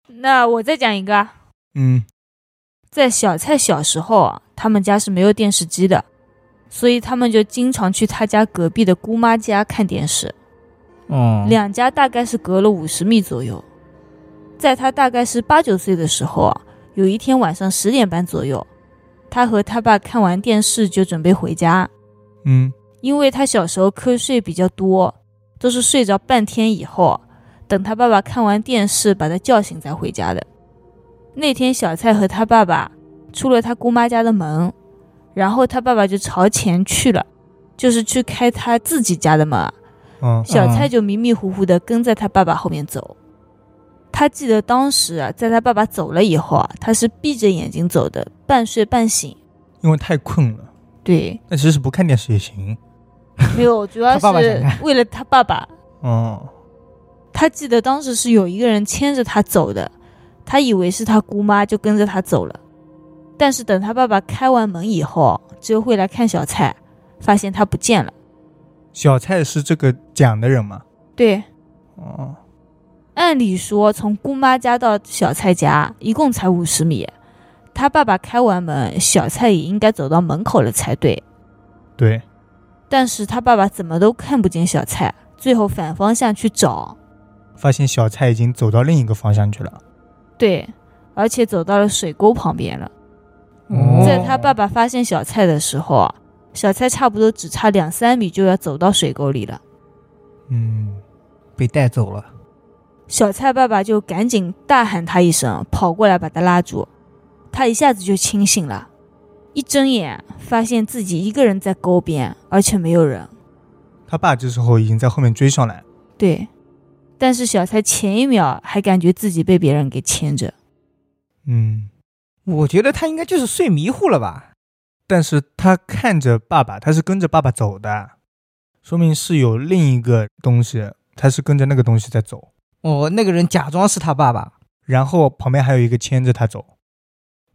Speaker 2: 那我再讲一个啊，？”
Speaker 1: 嗯，
Speaker 2: 在小蔡小时候啊，他们家是没有电视机的，所以他们就经常去他家隔壁的姑妈家看电视。
Speaker 1: 哦
Speaker 3: 嗯
Speaker 2: 两家大概是隔了五十米左右。在他大概是八九岁的时候啊，有一天晚上十点半左右，他和他爸看完电视就准备回家，
Speaker 1: 嗯，
Speaker 2: 因为他小时候瞌睡比较多，都是睡着半天以后啊，等他爸爸看完电视把他叫醒才回家的。那天小蔡和他爸爸出了他姑妈家的门，然后他爸爸就朝前去了，就是去开他自己家的门啊。
Speaker 1: 嗯，
Speaker 2: 小
Speaker 3: 嗯
Speaker 2: 蔡就迷迷糊糊的跟在他爸爸后面走。他记得当时啊，在他爸爸走了以后啊，他是闭着眼睛走的，半睡半醒。
Speaker 1: 因为太困了。
Speaker 2: 对，
Speaker 1: 那其实不看电视也行。
Speaker 2: 没有，主要
Speaker 3: 他爸爸想
Speaker 2: 是
Speaker 3: 看
Speaker 2: 为了他爸爸。
Speaker 1: 嗯，
Speaker 2: 他记得当时是有一个人牵着他走的，他以为是他姑妈，就跟着他走了。但是等他爸爸开完门以后，就会来看小蔡，发现他不见了。
Speaker 1: 小蔡是这个讲的人嘛？
Speaker 2: 对，
Speaker 1: 哦，
Speaker 2: 按理说，从姑妈家到小蔡家一共才五十米，他爸爸开完门，小蔡也应该走到门口了才对。
Speaker 1: 对，
Speaker 2: 但是他爸爸怎么都看不见小蔡，最后反方向去找，
Speaker 1: 发现小蔡已经走到另一个方向去了。
Speaker 2: 对，而且走到了水沟旁边了。
Speaker 3: 哦
Speaker 2: 嗯在他爸爸发现小蔡的时候啊，小蔡差不多只差两三米就要走到水沟里了。
Speaker 1: 嗯，
Speaker 3: 哦被带走了。
Speaker 2: 小蔡爸爸就赶紧大喊他一声，跑过来把他拉住，他一下子就清醒了，一睁眼发现自己一个人在沟边，而且没有人。
Speaker 1: 他爸这时候已经在后面追上来。
Speaker 2: 对，但是小蔡前一秒还感觉自己被别人给牵着，
Speaker 1: 嗯，
Speaker 3: 我觉得他应该就是睡迷糊了吧？
Speaker 1: 但是他看着爸爸，他是跟着爸爸走的，说明是有另一个东西，他是跟着那个东西在走。
Speaker 3: 哦，那个人假装是他爸爸。
Speaker 1: 然后旁边还有一个牵着他走，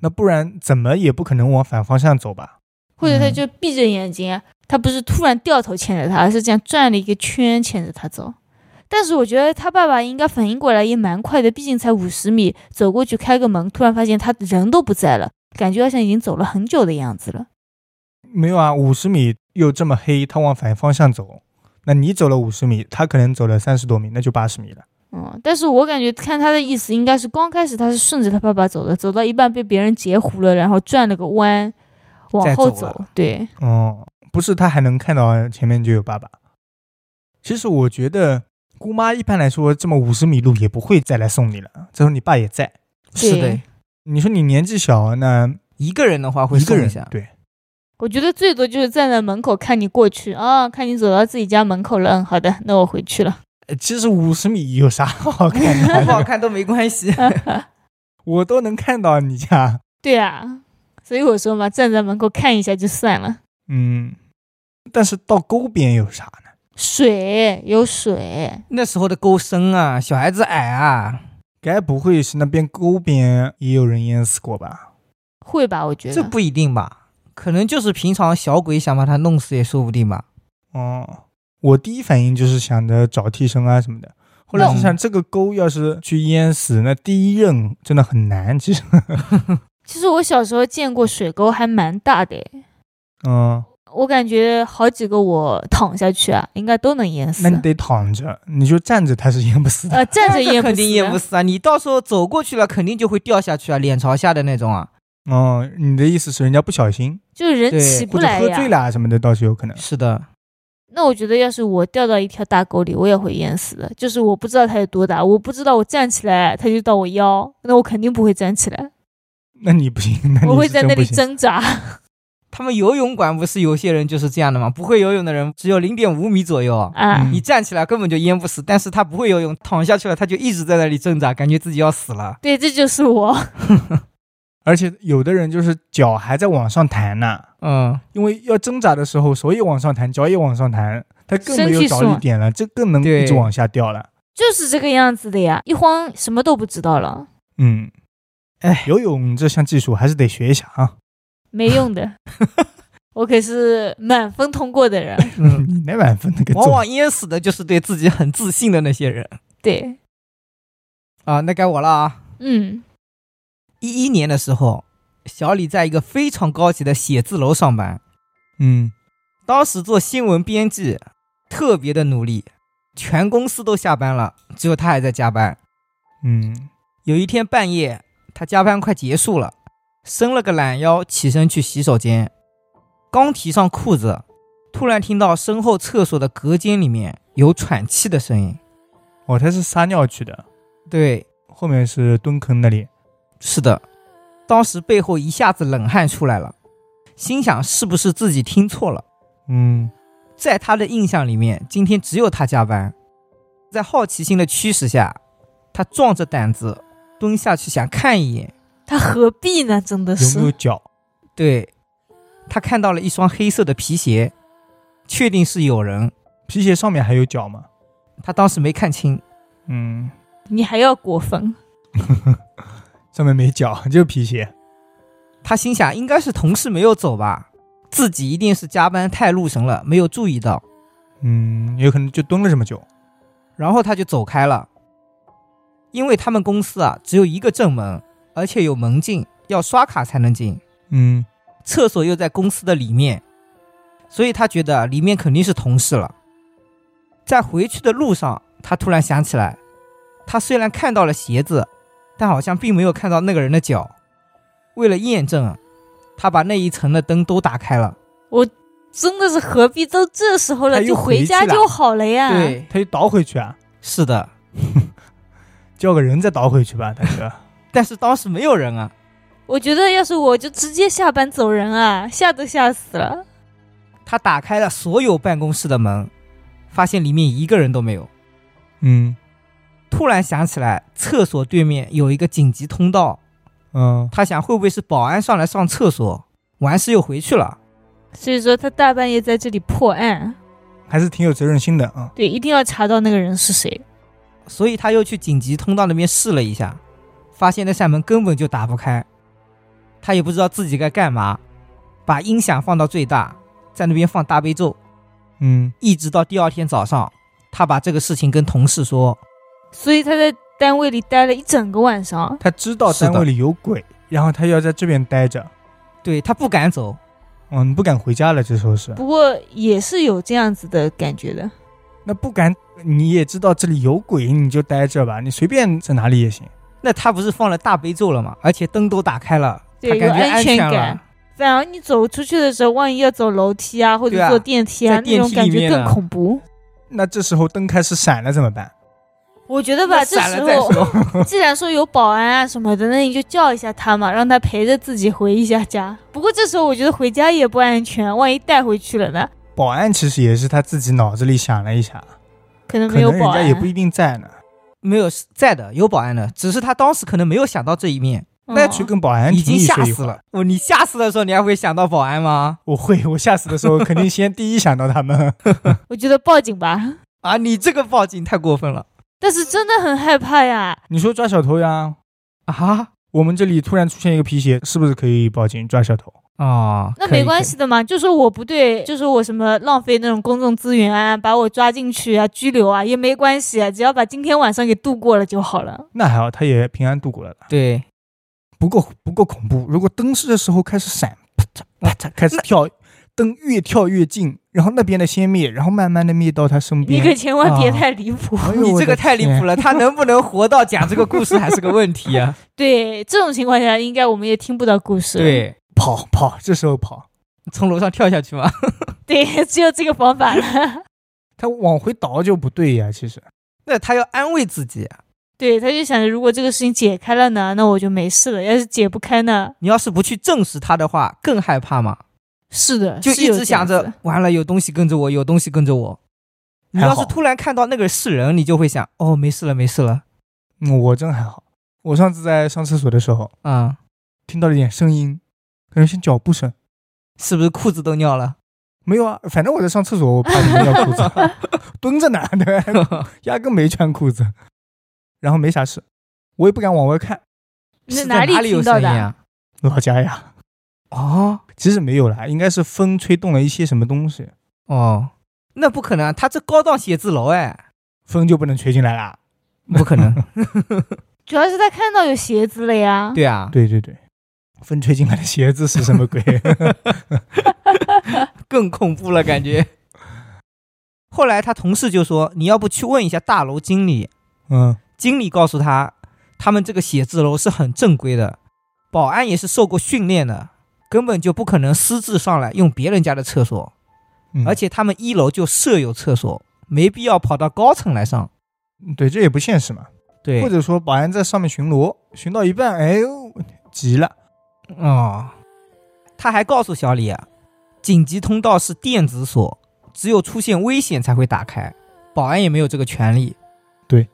Speaker 1: 那不然怎么也不可能往反方向走吧？
Speaker 2: 或者他
Speaker 3: 嗯
Speaker 2: 就闭着眼睛，啊他不是突然掉头牵着他，而是这样转了一个圈牵着他走。但是我觉得他爸爸应该反应过来也蛮快的，毕竟才五十米，走过去开个门，突然发现他人都不在了，感觉好像已经走了很久的样子了。
Speaker 1: 没有啊，五十米又这么黑，他往反方向走，那你走了五十米，他可能走了三十多米，那就八十米了。
Speaker 2: 嗯，但是我感觉看他的意思，应该是刚开始他是顺着他爸爸走的，走到一半被别人截胡了，然后转了个弯，往后
Speaker 3: 再走了
Speaker 2: 对，
Speaker 1: 哦，不是，他还能看到前面就有爸爸。其实我觉得姑妈一般来说这么五十米路也不会再来送你了，这时候你爸也在。
Speaker 2: 对
Speaker 3: 是的，
Speaker 1: 你说你年纪小，那
Speaker 3: 一个人的话会
Speaker 1: 一个
Speaker 3: 送一
Speaker 1: 人
Speaker 3: 下。
Speaker 1: 对，
Speaker 2: 我觉得最多就是站在门口看你过去啊，看你走到自己家门口了。嗯，好的，那我回去了。
Speaker 1: 呃其实五十米有啥好看
Speaker 3: 好不好
Speaker 1: 的？
Speaker 3: 看都没 关系。
Speaker 1: 我都能看到你家。
Speaker 2: 对啊，所以我说嘛，站在门口看一下就算了。
Speaker 1: 嗯，但是到沟边有啥呢？
Speaker 2: 水有水，
Speaker 3: 那时候的沟深啊，小孩子矮啊，
Speaker 1: 该不会是那边沟边也有人淹死过吧？
Speaker 2: 会吧？我觉
Speaker 3: 这
Speaker 2: 得
Speaker 3: 不一定吧？可能就是平常小鬼想把他弄死也说不定吧。
Speaker 1: 哦，我第一反应就是想着找替身啊什么的，后来
Speaker 3: 那
Speaker 1: 是想这个沟要是去淹死，那第一任真的很难。其实，
Speaker 2: 其实我小时候见过水沟还蛮大的诶，
Speaker 1: 嗯，
Speaker 2: 我感觉好几个我躺下去啊，应该都能淹死
Speaker 1: 那。你得躺着，你就站着他是淹不死的。
Speaker 2: 呃，站着
Speaker 3: 那
Speaker 2: 淹
Speaker 3: 肯定淹不
Speaker 2: 死。
Speaker 3: 死啊！你到时候走过去了，肯定就会掉下去啊，脸朝下的那种啊。
Speaker 1: 哦，你的意思是人家不小心
Speaker 2: 就是人
Speaker 3: 对
Speaker 2: 起不
Speaker 1: 或者
Speaker 2: 来
Speaker 1: 喝醉
Speaker 2: 呀。
Speaker 1: 了啊什么的，倒是有可能。
Speaker 3: 是的，
Speaker 2: 那我觉得，要是我掉到一条大沟里，我也会淹死的。就是我不知道它有多大，我不知道我站起来它就到我腰，那我肯定不会站起来，
Speaker 1: 那你不行，那你
Speaker 2: 我会
Speaker 1: 是
Speaker 2: 在
Speaker 1: 真
Speaker 2: 那
Speaker 1: 不
Speaker 2: 里
Speaker 1: 行。
Speaker 2: 挣扎。
Speaker 3: 他们游泳馆不是有些人就是这样的吗？不会游泳的人只有零点五米左右啊，
Speaker 2: 啊，
Speaker 1: 嗯
Speaker 3: 你站起来根本就淹不死，但是他不会游泳，躺下去了他就一直在那里挣扎，感觉自己要死了。
Speaker 2: 对，这就是我。
Speaker 1: 而且有的人就是脚还在往上弹呢、
Speaker 3: 嗯，
Speaker 1: 因为要挣扎的时候，手也往上弹，脚也往上弹，他更
Speaker 2: 身
Speaker 1: 没有
Speaker 2: 体啊
Speaker 1: 着
Speaker 2: 是
Speaker 1: 力
Speaker 2: 往
Speaker 1: 点了，这更能
Speaker 3: 对
Speaker 1: 一直往下掉了。
Speaker 2: 就是这个样子的呀，一慌什么都不知道了，
Speaker 1: 嗯，
Speaker 3: 哎，
Speaker 1: 游泳这项技术还是得学一下啊。
Speaker 2: 没 用的。我可是满分通过的 人，
Speaker 3: 嗯
Speaker 1: 你那满分那个
Speaker 3: 往
Speaker 1: 做
Speaker 3: 往淹死的就是对自己很自信的那些人
Speaker 2: 对，
Speaker 3: 啊。那该我了啊。
Speaker 2: 嗯
Speaker 3: 一一年的时候，小李在一个非常高级的写字楼上班，
Speaker 1: 嗯
Speaker 3: 当时做新闻编辑，特别的努力，全公司都下班了，只有他还在加班。
Speaker 1: 嗯
Speaker 3: 有一天半夜，他加班快结束了，伸了个懒腰，起身去洗手间，刚提上裤子，突然听到身后厕所的隔间里面有喘气的声音。
Speaker 1: 哦，他是撒尿去的，
Speaker 3: 对，
Speaker 1: 后面是蹲坑那里。
Speaker 3: 是的，当时背后一下子冷汗出来了，心想是不是自己听错了。
Speaker 1: 嗯
Speaker 3: 在他的印象里面，今天只有他加班。在好奇心的驱使下，他壮着胆子蹲下去想看一眼。，
Speaker 2: 他何必呢？真的
Speaker 1: 有没有
Speaker 2: 是，
Speaker 1: 脚？
Speaker 3: 对，他看到了一双黑色的皮鞋，确定是有人。
Speaker 1: 皮鞋上面还有脚吗？
Speaker 3: 他当时没看清，
Speaker 1: 嗯，
Speaker 2: 你还要过分？
Speaker 1: 上面没脚， 就是皮鞋。
Speaker 3: 他心想应该是同事没有走吧，自己一定是加班太入神了，没有注意到。
Speaker 1: 嗯，有可能就蹲了这么久。
Speaker 3: 然后他就走开了。因为他们公司啊只有一个正门，而且有门禁，要刷卡才能进。
Speaker 1: 嗯
Speaker 3: 厕所又在公司的里面，所以他觉得里面肯定是同事了。在回去的路上，他突然想起来，他虽然看到了鞋子，但好像并没有看到那个人的脚。为了验证，啊他把那一层的灯都打开了。
Speaker 2: 真的是何必都这时候
Speaker 1: 他
Speaker 2: 了，
Speaker 1: 又
Speaker 2: 就
Speaker 1: 回
Speaker 2: 回
Speaker 1: 去了
Speaker 2: 家就好了呀。，，
Speaker 1: 他又倒回去啊，
Speaker 3: 是的，
Speaker 1: 叫个人再倒回去吧，大哥。
Speaker 3: 但是当时没有人啊。
Speaker 2: 我觉得要是我就直接下班走人啊，吓都吓死了。
Speaker 3: 他打开了所有办公室的门，发现里面一个人都没有。
Speaker 1: 嗯
Speaker 3: 突然想起来，厕所对面有一个紧急通道，
Speaker 1: 嗯，
Speaker 3: 他想会不会是保安上来上厕所，完事又回去了。
Speaker 2: 所以说他大半夜在这里破案，
Speaker 1: 还是挺有责任心的啊。
Speaker 2: 对，一定要查到那个人是谁。
Speaker 3: 所以他又去紧急通道那边试了一下，发现那扇门根本就打不开。他也不知道自己该干嘛，把音响放到最大，在那边放大悲咒，
Speaker 1: 嗯
Speaker 3: 一直到第二天早上，他把这个事情跟同事说。
Speaker 2: 所以他在单位里待了一整个晚上，
Speaker 1: 他知道
Speaker 3: 是的
Speaker 1: 单位里有鬼，然后他要在这边待着。
Speaker 3: 对他不敢走，
Speaker 1: 嗯，不敢回家了，这时候是。
Speaker 2: 不过也是有这样子的感觉的。
Speaker 1: 那不敢，你也知道这里有鬼，你就待这吧，你随便在哪里也行。
Speaker 3: 那他不是放了大悲咒了吗？而且灯都打开了，他
Speaker 2: 对
Speaker 3: 感觉
Speaker 2: 有安
Speaker 3: 安
Speaker 2: 全
Speaker 3: 全了
Speaker 2: 感。反而你走出去的时候，万一要走楼梯啊，或
Speaker 3: 对
Speaker 2: 者
Speaker 3: 啊
Speaker 2: 坐电梯啊，
Speaker 3: 在
Speaker 2: 那
Speaker 3: 电
Speaker 2: 种
Speaker 3: 梯
Speaker 2: 感
Speaker 3: 里
Speaker 2: 觉
Speaker 3: 面
Speaker 2: 更
Speaker 3: 啊
Speaker 2: 恐怖。
Speaker 1: 那这时候灯开始闪了怎么办？
Speaker 2: 我觉得吧，
Speaker 3: 那
Speaker 2: 这
Speaker 3: 闪了
Speaker 2: 时
Speaker 3: 再
Speaker 2: 候
Speaker 3: 说。
Speaker 2: 既然说有保安啊什么的，那你就叫一下他嘛，让他陪着自己回一下家。不过这时候我觉得回家也不安全，万一带回去了呢，
Speaker 1: 保安其实也是他自己脑子里想了一下，
Speaker 2: 可能
Speaker 1: 可
Speaker 2: 没有
Speaker 1: 能人
Speaker 2: 保
Speaker 1: 家
Speaker 2: 安。
Speaker 1: 也不一定在呢。
Speaker 3: 没有是在的，有保安的，只是他当时可能没有想到这一面，
Speaker 2: 嗯
Speaker 1: 那去跟保安
Speaker 3: 已
Speaker 1: 提
Speaker 3: 经
Speaker 1: 议
Speaker 3: 吓
Speaker 1: 说一
Speaker 3: 死
Speaker 1: 会儿
Speaker 3: 了。。我你吓死的时候，你还会想到保安吗？
Speaker 1: 我会，我吓死的时候肯定先第一想到他们。
Speaker 2: 我觉得报警吧，
Speaker 3: 啊，你这个报警太过分了
Speaker 2: 但是真的很害怕呀。
Speaker 1: 你说抓小偷呀？
Speaker 3: 啊！
Speaker 1: 我们这里突然出现一个皮鞋，是不是可以报警抓小偷？
Speaker 3: 哦，
Speaker 2: 那
Speaker 3: 可以
Speaker 2: 没关系，的嘛，就说我不对，就说我什么浪费那种公众资源啊，把我抓进去啊，拘留啊，也没关系啊，只要把今天晚上给度过了就好了。
Speaker 1: 那还好，他也平安度过来了。
Speaker 3: 可以对，
Speaker 1: 不够不够恐怖。如果灯试的时候开始闪，啪嚓啪嚓开始跳，灯越跳越近，然后那边的先灭，然后慢慢的灭到他身
Speaker 2: 你
Speaker 1: 边。
Speaker 2: 可千万别
Speaker 3: 啊
Speaker 2: 太离谱。
Speaker 1: 哎呦
Speaker 3: 你这个太离谱
Speaker 1: 了。
Speaker 3: 了，他能不能活到讲这个故事还是个问题 啊。
Speaker 2: 对，这种情况下应该我们也听不到故事。
Speaker 3: 对，
Speaker 1: 跑跑，这时候跑，
Speaker 3: 从楼上跳下 去嘛。
Speaker 2: 对，只有这个方法了。
Speaker 1: 他往回倒就不对呀。其实
Speaker 3: 那他要安慰自己，啊
Speaker 2: 对，他就想着如果这个事情解开了呢，那我就没事了；要是解不开呢，
Speaker 3: 你要是不去正视他的话，更害怕嘛。
Speaker 2: 是的，
Speaker 3: 就是一
Speaker 2: 有
Speaker 3: 直
Speaker 2: 这样
Speaker 3: 想着
Speaker 2: 子，
Speaker 3: 完了有东西跟着我，有东西跟着我。你要
Speaker 1: 还好
Speaker 3: 是突然看到那个是人，你就会想，哦，没事了，没事了，
Speaker 1: 嗯我真还好。我上次在上厕所的时候
Speaker 3: 啊、
Speaker 1: 听到了一点声音，感觉像脚步声。
Speaker 3: 是不是裤子都尿了？
Speaker 1: 没有啊，反正我在上厕所，我怕你们尿 裤子，蹲着呢，对吧，压根没穿裤子，然后没啥事，我也不敢往外看，
Speaker 2: 那
Speaker 3: 是在
Speaker 2: 哪
Speaker 3: 里有
Speaker 2: 听到
Speaker 3: 声音
Speaker 2: 的？
Speaker 3: 啊？
Speaker 1: 老家呀。
Speaker 3: 哦
Speaker 1: 其实没有啦，应该是风吹动了一些什么东西，
Speaker 3: 哦，那不可能啊，他这高档写字楼哎，
Speaker 1: 风就不能吹进来啦。
Speaker 3: 不可能。
Speaker 2: 主要是他看到有鞋子了呀。
Speaker 3: 对啊，
Speaker 1: 对对对，风吹进来的鞋子是什么 鬼？
Speaker 3: 更恐怖了感觉。后来他同事就说，你要不去问一下大楼经理，
Speaker 1: 嗯，
Speaker 3: 经理告诉他，他们这个写字楼是很正规的，保安也是受过训练的，根本就不可能私自上来用别人家的厕所，
Speaker 1: 嗯
Speaker 3: 而且他们一楼就设有厕所，没必要跑到高层来上。
Speaker 1: 对，这也不现实嘛。
Speaker 3: 对
Speaker 1: 或，者说保安在上面巡逻，巡到一半，哎呦，急 了，
Speaker 3: 哦，他还告诉小李啊，紧急通道是电子锁，只有出现危险才会打开，保安也没有这个权利。
Speaker 1: 对，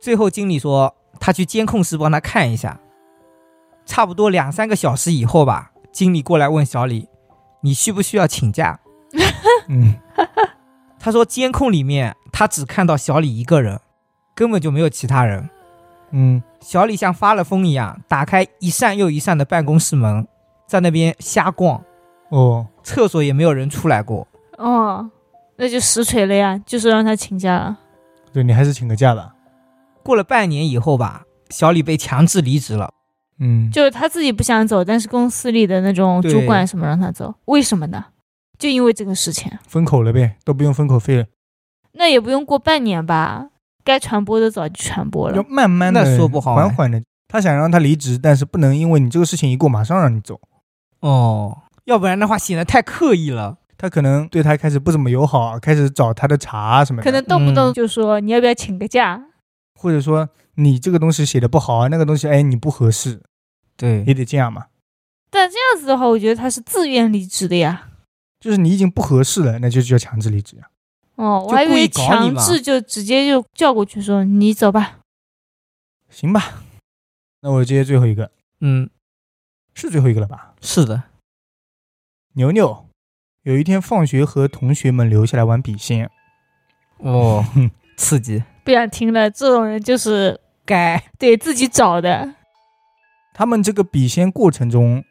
Speaker 3: 最后经理说他去监控室帮他看一下，差不多两三个小时以后吧，经理过来问小李，你需不需要请假？
Speaker 1: 嗯，
Speaker 3: 他说监控里面他只看到小李一个人，根本就没有其他人。
Speaker 1: 嗯，
Speaker 3: 小李像发了疯一样，打开一扇又一扇的办公室门，在那边瞎逛。
Speaker 1: 哦，
Speaker 3: 厕所也没有人出来过。
Speaker 2: 哦，那就实锤了呀，就是让他请假了。
Speaker 1: 对你还是请个假吧。
Speaker 3: 过了半年以后吧，小李被强制离职了，
Speaker 1: 嗯，
Speaker 2: 就是他自己不想走，但是公司里的那种
Speaker 3: 对
Speaker 2: 主管什么让他走，为什么呢？就因为这个事情，
Speaker 1: 封口了呗，都不用封口费了，
Speaker 2: 那也不用过半年吧，该传播的早就传播
Speaker 1: 要
Speaker 2: 了。
Speaker 1: 慢慢的，
Speaker 3: 那说不好哎
Speaker 1: 缓缓的。他想让他离职，但是不能因为你这个事情一过，马上让你走。
Speaker 3: 哦，要不然的话显得太刻意了。
Speaker 1: 他可能对他开始不怎么友好，开始找他的茬什么的。
Speaker 2: 可能动不动
Speaker 3: 嗯
Speaker 2: 就说、你要不要请个假，
Speaker 1: 或者说你这个东西写的不好啊，那个东西哎你不合适，也
Speaker 3: 对，
Speaker 1: 得这样嘛。
Speaker 2: 但这样子的话，我觉得他是自愿离职的呀。
Speaker 1: 就是你已经不合适了，那就叫强制离职啊。
Speaker 2: 哦，
Speaker 3: 就
Speaker 2: 我还以
Speaker 3: 故
Speaker 2: 为
Speaker 3: 意搞你
Speaker 2: 强
Speaker 3: 嘛
Speaker 2: 制就直接就叫过去说你走吧。
Speaker 1: 行吧，那我接最后一个，
Speaker 3: 嗯，
Speaker 1: 是最后一个了吧？
Speaker 3: 是的，
Speaker 1: 牛牛有一天放学和同学们留下来玩笔仙，
Speaker 3: 哦， 刺激，
Speaker 2: 不想听了，这种人就是
Speaker 3: 该
Speaker 2: 对自己找的。
Speaker 1: 他们这个笔仙过程中，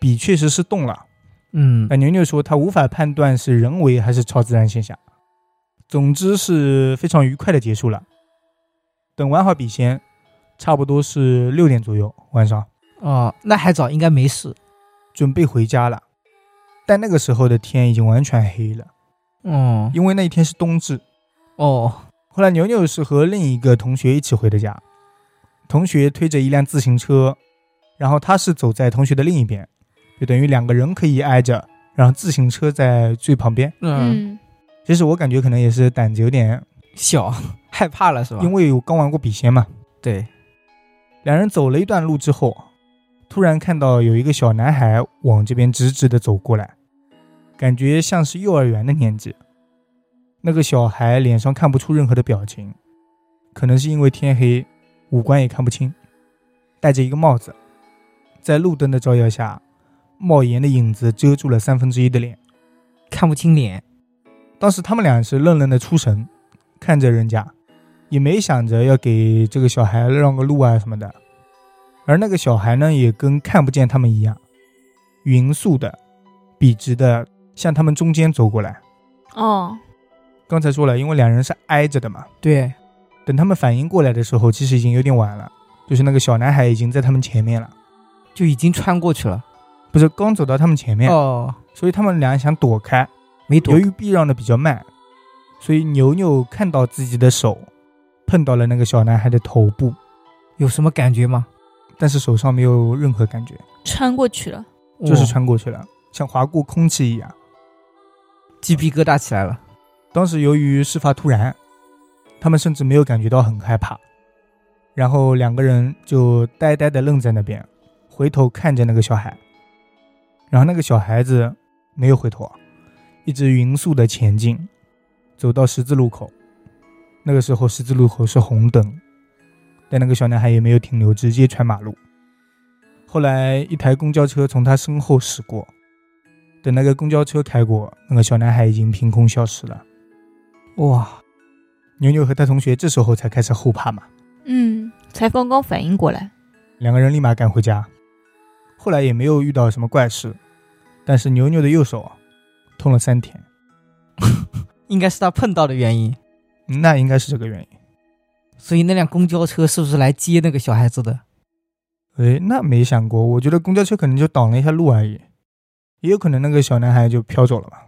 Speaker 1: 笔确实是动了，
Speaker 3: 嗯
Speaker 1: 但牛牛说他无法判断是人为还是超自然现象。总之是非常愉快的结束了。等玩好笔仙，差不多是六点左右晚上。
Speaker 3: 哦，那还早，应该没事。
Speaker 1: 准备回家了，但那个时候的天已经完全黑了，
Speaker 3: 哦
Speaker 1: 因为那一天是冬至。
Speaker 3: 哦，
Speaker 1: 后来牛牛是和另一个同学一起回的家，同学推着一辆自行车，然后他是走在同学的另一边，就等于两个人可以挨着，然后自行车在最旁边。
Speaker 3: 嗯，
Speaker 2: 嗯
Speaker 1: 其实我感觉可能也是胆子有点，
Speaker 3: 小害怕了是吧？
Speaker 1: 因为我刚玩过笔仙嘛。
Speaker 3: 对，
Speaker 1: 两人走了一段路之后，突然看到有一个小男孩往这边直直的走过来，感觉像是幼儿园的年纪。那个小孩脸上看不出任何的表情，可能是因为天黑，五官也看不清，戴着一个帽子，在路灯的照耀下，帽檐的影子遮住了三分之一的脸。
Speaker 3: 看不清脸。
Speaker 1: 当时他们俩是愣愣的出神，看着人家，也没想着要给这个小孩让个路啊什么的。而那个小孩呢，也跟看不见他们一样，匀速的、笔直的向他们中间走过来。
Speaker 2: 哦，
Speaker 1: 刚才说了，因为两人是挨着的嘛，
Speaker 3: 对，
Speaker 1: 等他们反应过来的时候，其实已经有点晚了，就是那个小男孩已经在他们前面了，
Speaker 3: 就已经穿过去了。
Speaker 1: 不是刚走到他们前面，
Speaker 3: 哦，
Speaker 1: 所以他们俩想躲开，
Speaker 3: 没躲
Speaker 1: 由，于避让的比较慢，所以牛牛看到自己的手碰到了那个小男孩的头部，
Speaker 3: 有什么感觉吗？
Speaker 1: 但是手上没有任何感觉，
Speaker 2: 穿过去了。
Speaker 1: 就是
Speaker 3: 哦
Speaker 1: 穿过去了，像划过空气一样。
Speaker 3: 鸡皮疙瘩起来了。
Speaker 1: 当时由于事发突然，他们甚至没有感觉到很害怕，然后两个人就呆呆的愣在那边，回头看着那个小孩，然后那个小孩子没有回头，一直匀速的前进，走到十字路口，那个时候十字路口是红灯，但那个小男孩也没有停留，直接穿马路。后来一台公交车从他身后驶过，等那个公交车开过，那个小男孩已经凭空消失了。
Speaker 3: 哇，
Speaker 1: 牛牛和他同学这时候才开始后怕嘛，
Speaker 2: 嗯，才刚刚反应过来。
Speaker 1: 两个人立马赶回家。后来也没有遇到什么怪事，但是牛牛的右手啊痛了三天，
Speaker 3: 应该是他碰到的原因。
Speaker 1: 那应该是这个原因。
Speaker 3: 所以那辆公交车是不是来接那个小孩子的？
Speaker 1: 诶，那没想过，我觉得公交车可能就挡了一下路而已，也有可能那个小男孩就飘走了吧，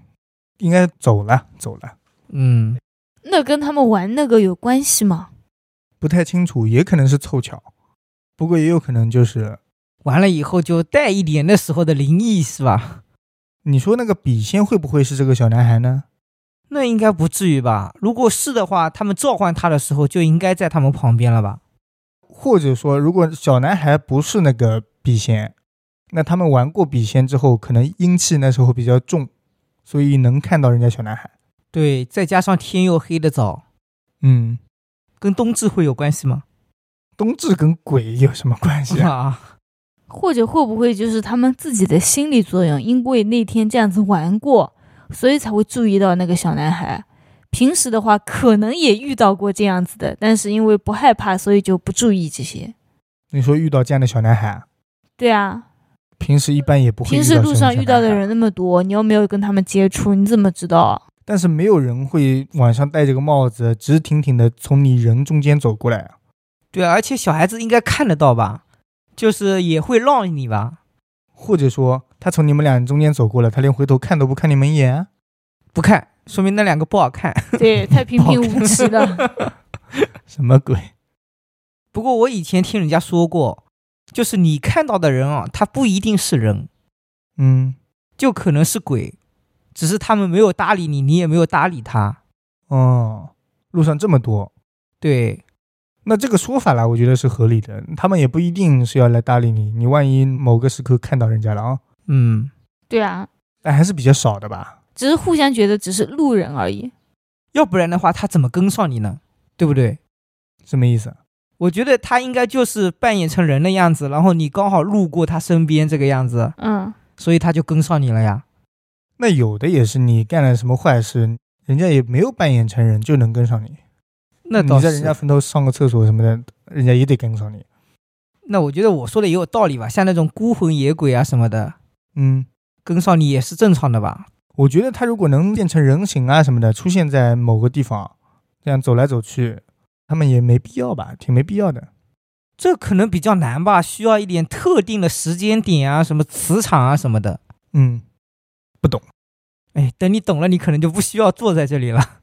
Speaker 1: 应该走了走了，
Speaker 3: 嗯，
Speaker 2: 那跟他们玩那个有关系吗？
Speaker 1: 不太清楚，也可能是凑巧，不过也有可能就是
Speaker 3: 完了以后就带一点那时候的灵异是吧？
Speaker 1: 你说那个笔仙会不会是这个小男孩呢？
Speaker 3: 那应该不至于吧？如果是的话，他们召唤他的时候就应该在他们旁边了吧？
Speaker 1: 或者说，如果小男孩不是那个笔仙，那他们玩过笔仙之后，可能阴气那时候比较重，所以能看到人家小男孩。
Speaker 3: 对，再加上天又黑得早，
Speaker 1: 嗯，
Speaker 3: 跟冬至会有关系吗？
Speaker 1: 冬至跟鬼有什么关系 啊？
Speaker 3: 啊，
Speaker 2: 或者会不会就是他们自己的心理作用？因为那天这样子玩过，所以才会注意到那个小男孩。平时的话，可能也遇到过这样子的，但是因为不害怕，所以就不注意这些。
Speaker 1: 你说遇到这样的小男孩，
Speaker 2: 对啊，
Speaker 1: 平时一般也不会。
Speaker 2: 平时路上遇到的，人那么多，你又没有跟他们接触，你怎么知道啊？
Speaker 1: 但是没有人会晚上戴着个帽子，直挺挺的从你人中间走过来啊。
Speaker 3: 对，而且小孩子应该看得到吧？就是也会让你吧，
Speaker 1: 或者说，他从你们俩中间走过了，他连回头看都不看你们一眼啊，
Speaker 3: 不看说明那两个不好看。
Speaker 2: 对，太平平无奇了。
Speaker 1: 什么鬼？
Speaker 3: 不过我以前听人家说过，就是你看到的人啊，他不一定是人，
Speaker 1: 嗯，
Speaker 3: 就可能是鬼，只是他们没有搭理你，你也没有搭理他。
Speaker 1: 哦，路上这么多，
Speaker 3: 对，
Speaker 1: 那这个说法啦，我觉得是合理的。他们也不一定是要来搭理你，你万一某个时刻看到人家了啊，
Speaker 3: 嗯，
Speaker 2: 对啊，
Speaker 1: 但还是比较少的吧。
Speaker 2: 只是互相觉得只是路人而已。
Speaker 3: 要不然的话，他怎么跟上你呢？对不对？
Speaker 1: 什么意思？啊
Speaker 3: 我觉得他应该就是扮演成人的样子，然后你刚好路过他身边这个样子，
Speaker 2: 嗯，
Speaker 3: 所以他就跟上你了呀。
Speaker 1: 那有的也是你干了什么坏事，人家也没有扮演成人就能跟上你。
Speaker 3: 那
Speaker 1: 嗯
Speaker 3: 倒
Speaker 1: 你在
Speaker 3: 是，
Speaker 1: 人家坟头上个厕所什么的，人家也得跟上你。
Speaker 3: 那我觉得我说的也有道理吧。像那种孤魂野鬼啊什么的，
Speaker 1: 嗯，
Speaker 3: 跟上你也是正常的吧？
Speaker 1: 我觉得他如果能变成人形啊什么的，出现在某个地方，这样走来走去，他们也没必要吧，挺没必要的。
Speaker 3: 这可能比较难吧，需要一点特定的时间点啊，什么磁场啊什么的。
Speaker 1: 嗯，
Speaker 3: 哎，等你懂了，你可能就不需要坐在这里 了，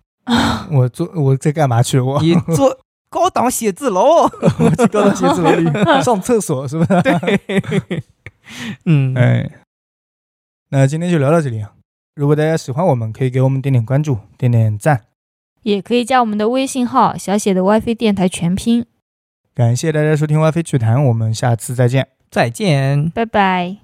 Speaker 1: 我做我在干嘛去？我
Speaker 3: 你坐高档写字楼。
Speaker 1: 我去高到写字楼 里上厕所是不是？
Speaker 3: 对，嗯，
Speaker 1: 哎，那今天就聊到这里啊。如果大家喜欢我们，可以给我们点点关注，点点赞。
Speaker 2: 也可以加我们的微信号，小写的 WiFi 电台全拼。
Speaker 1: 感谢大家收听《歪飞趣谈》，我们下次再见。
Speaker 3: 再见。
Speaker 2: 拜拜。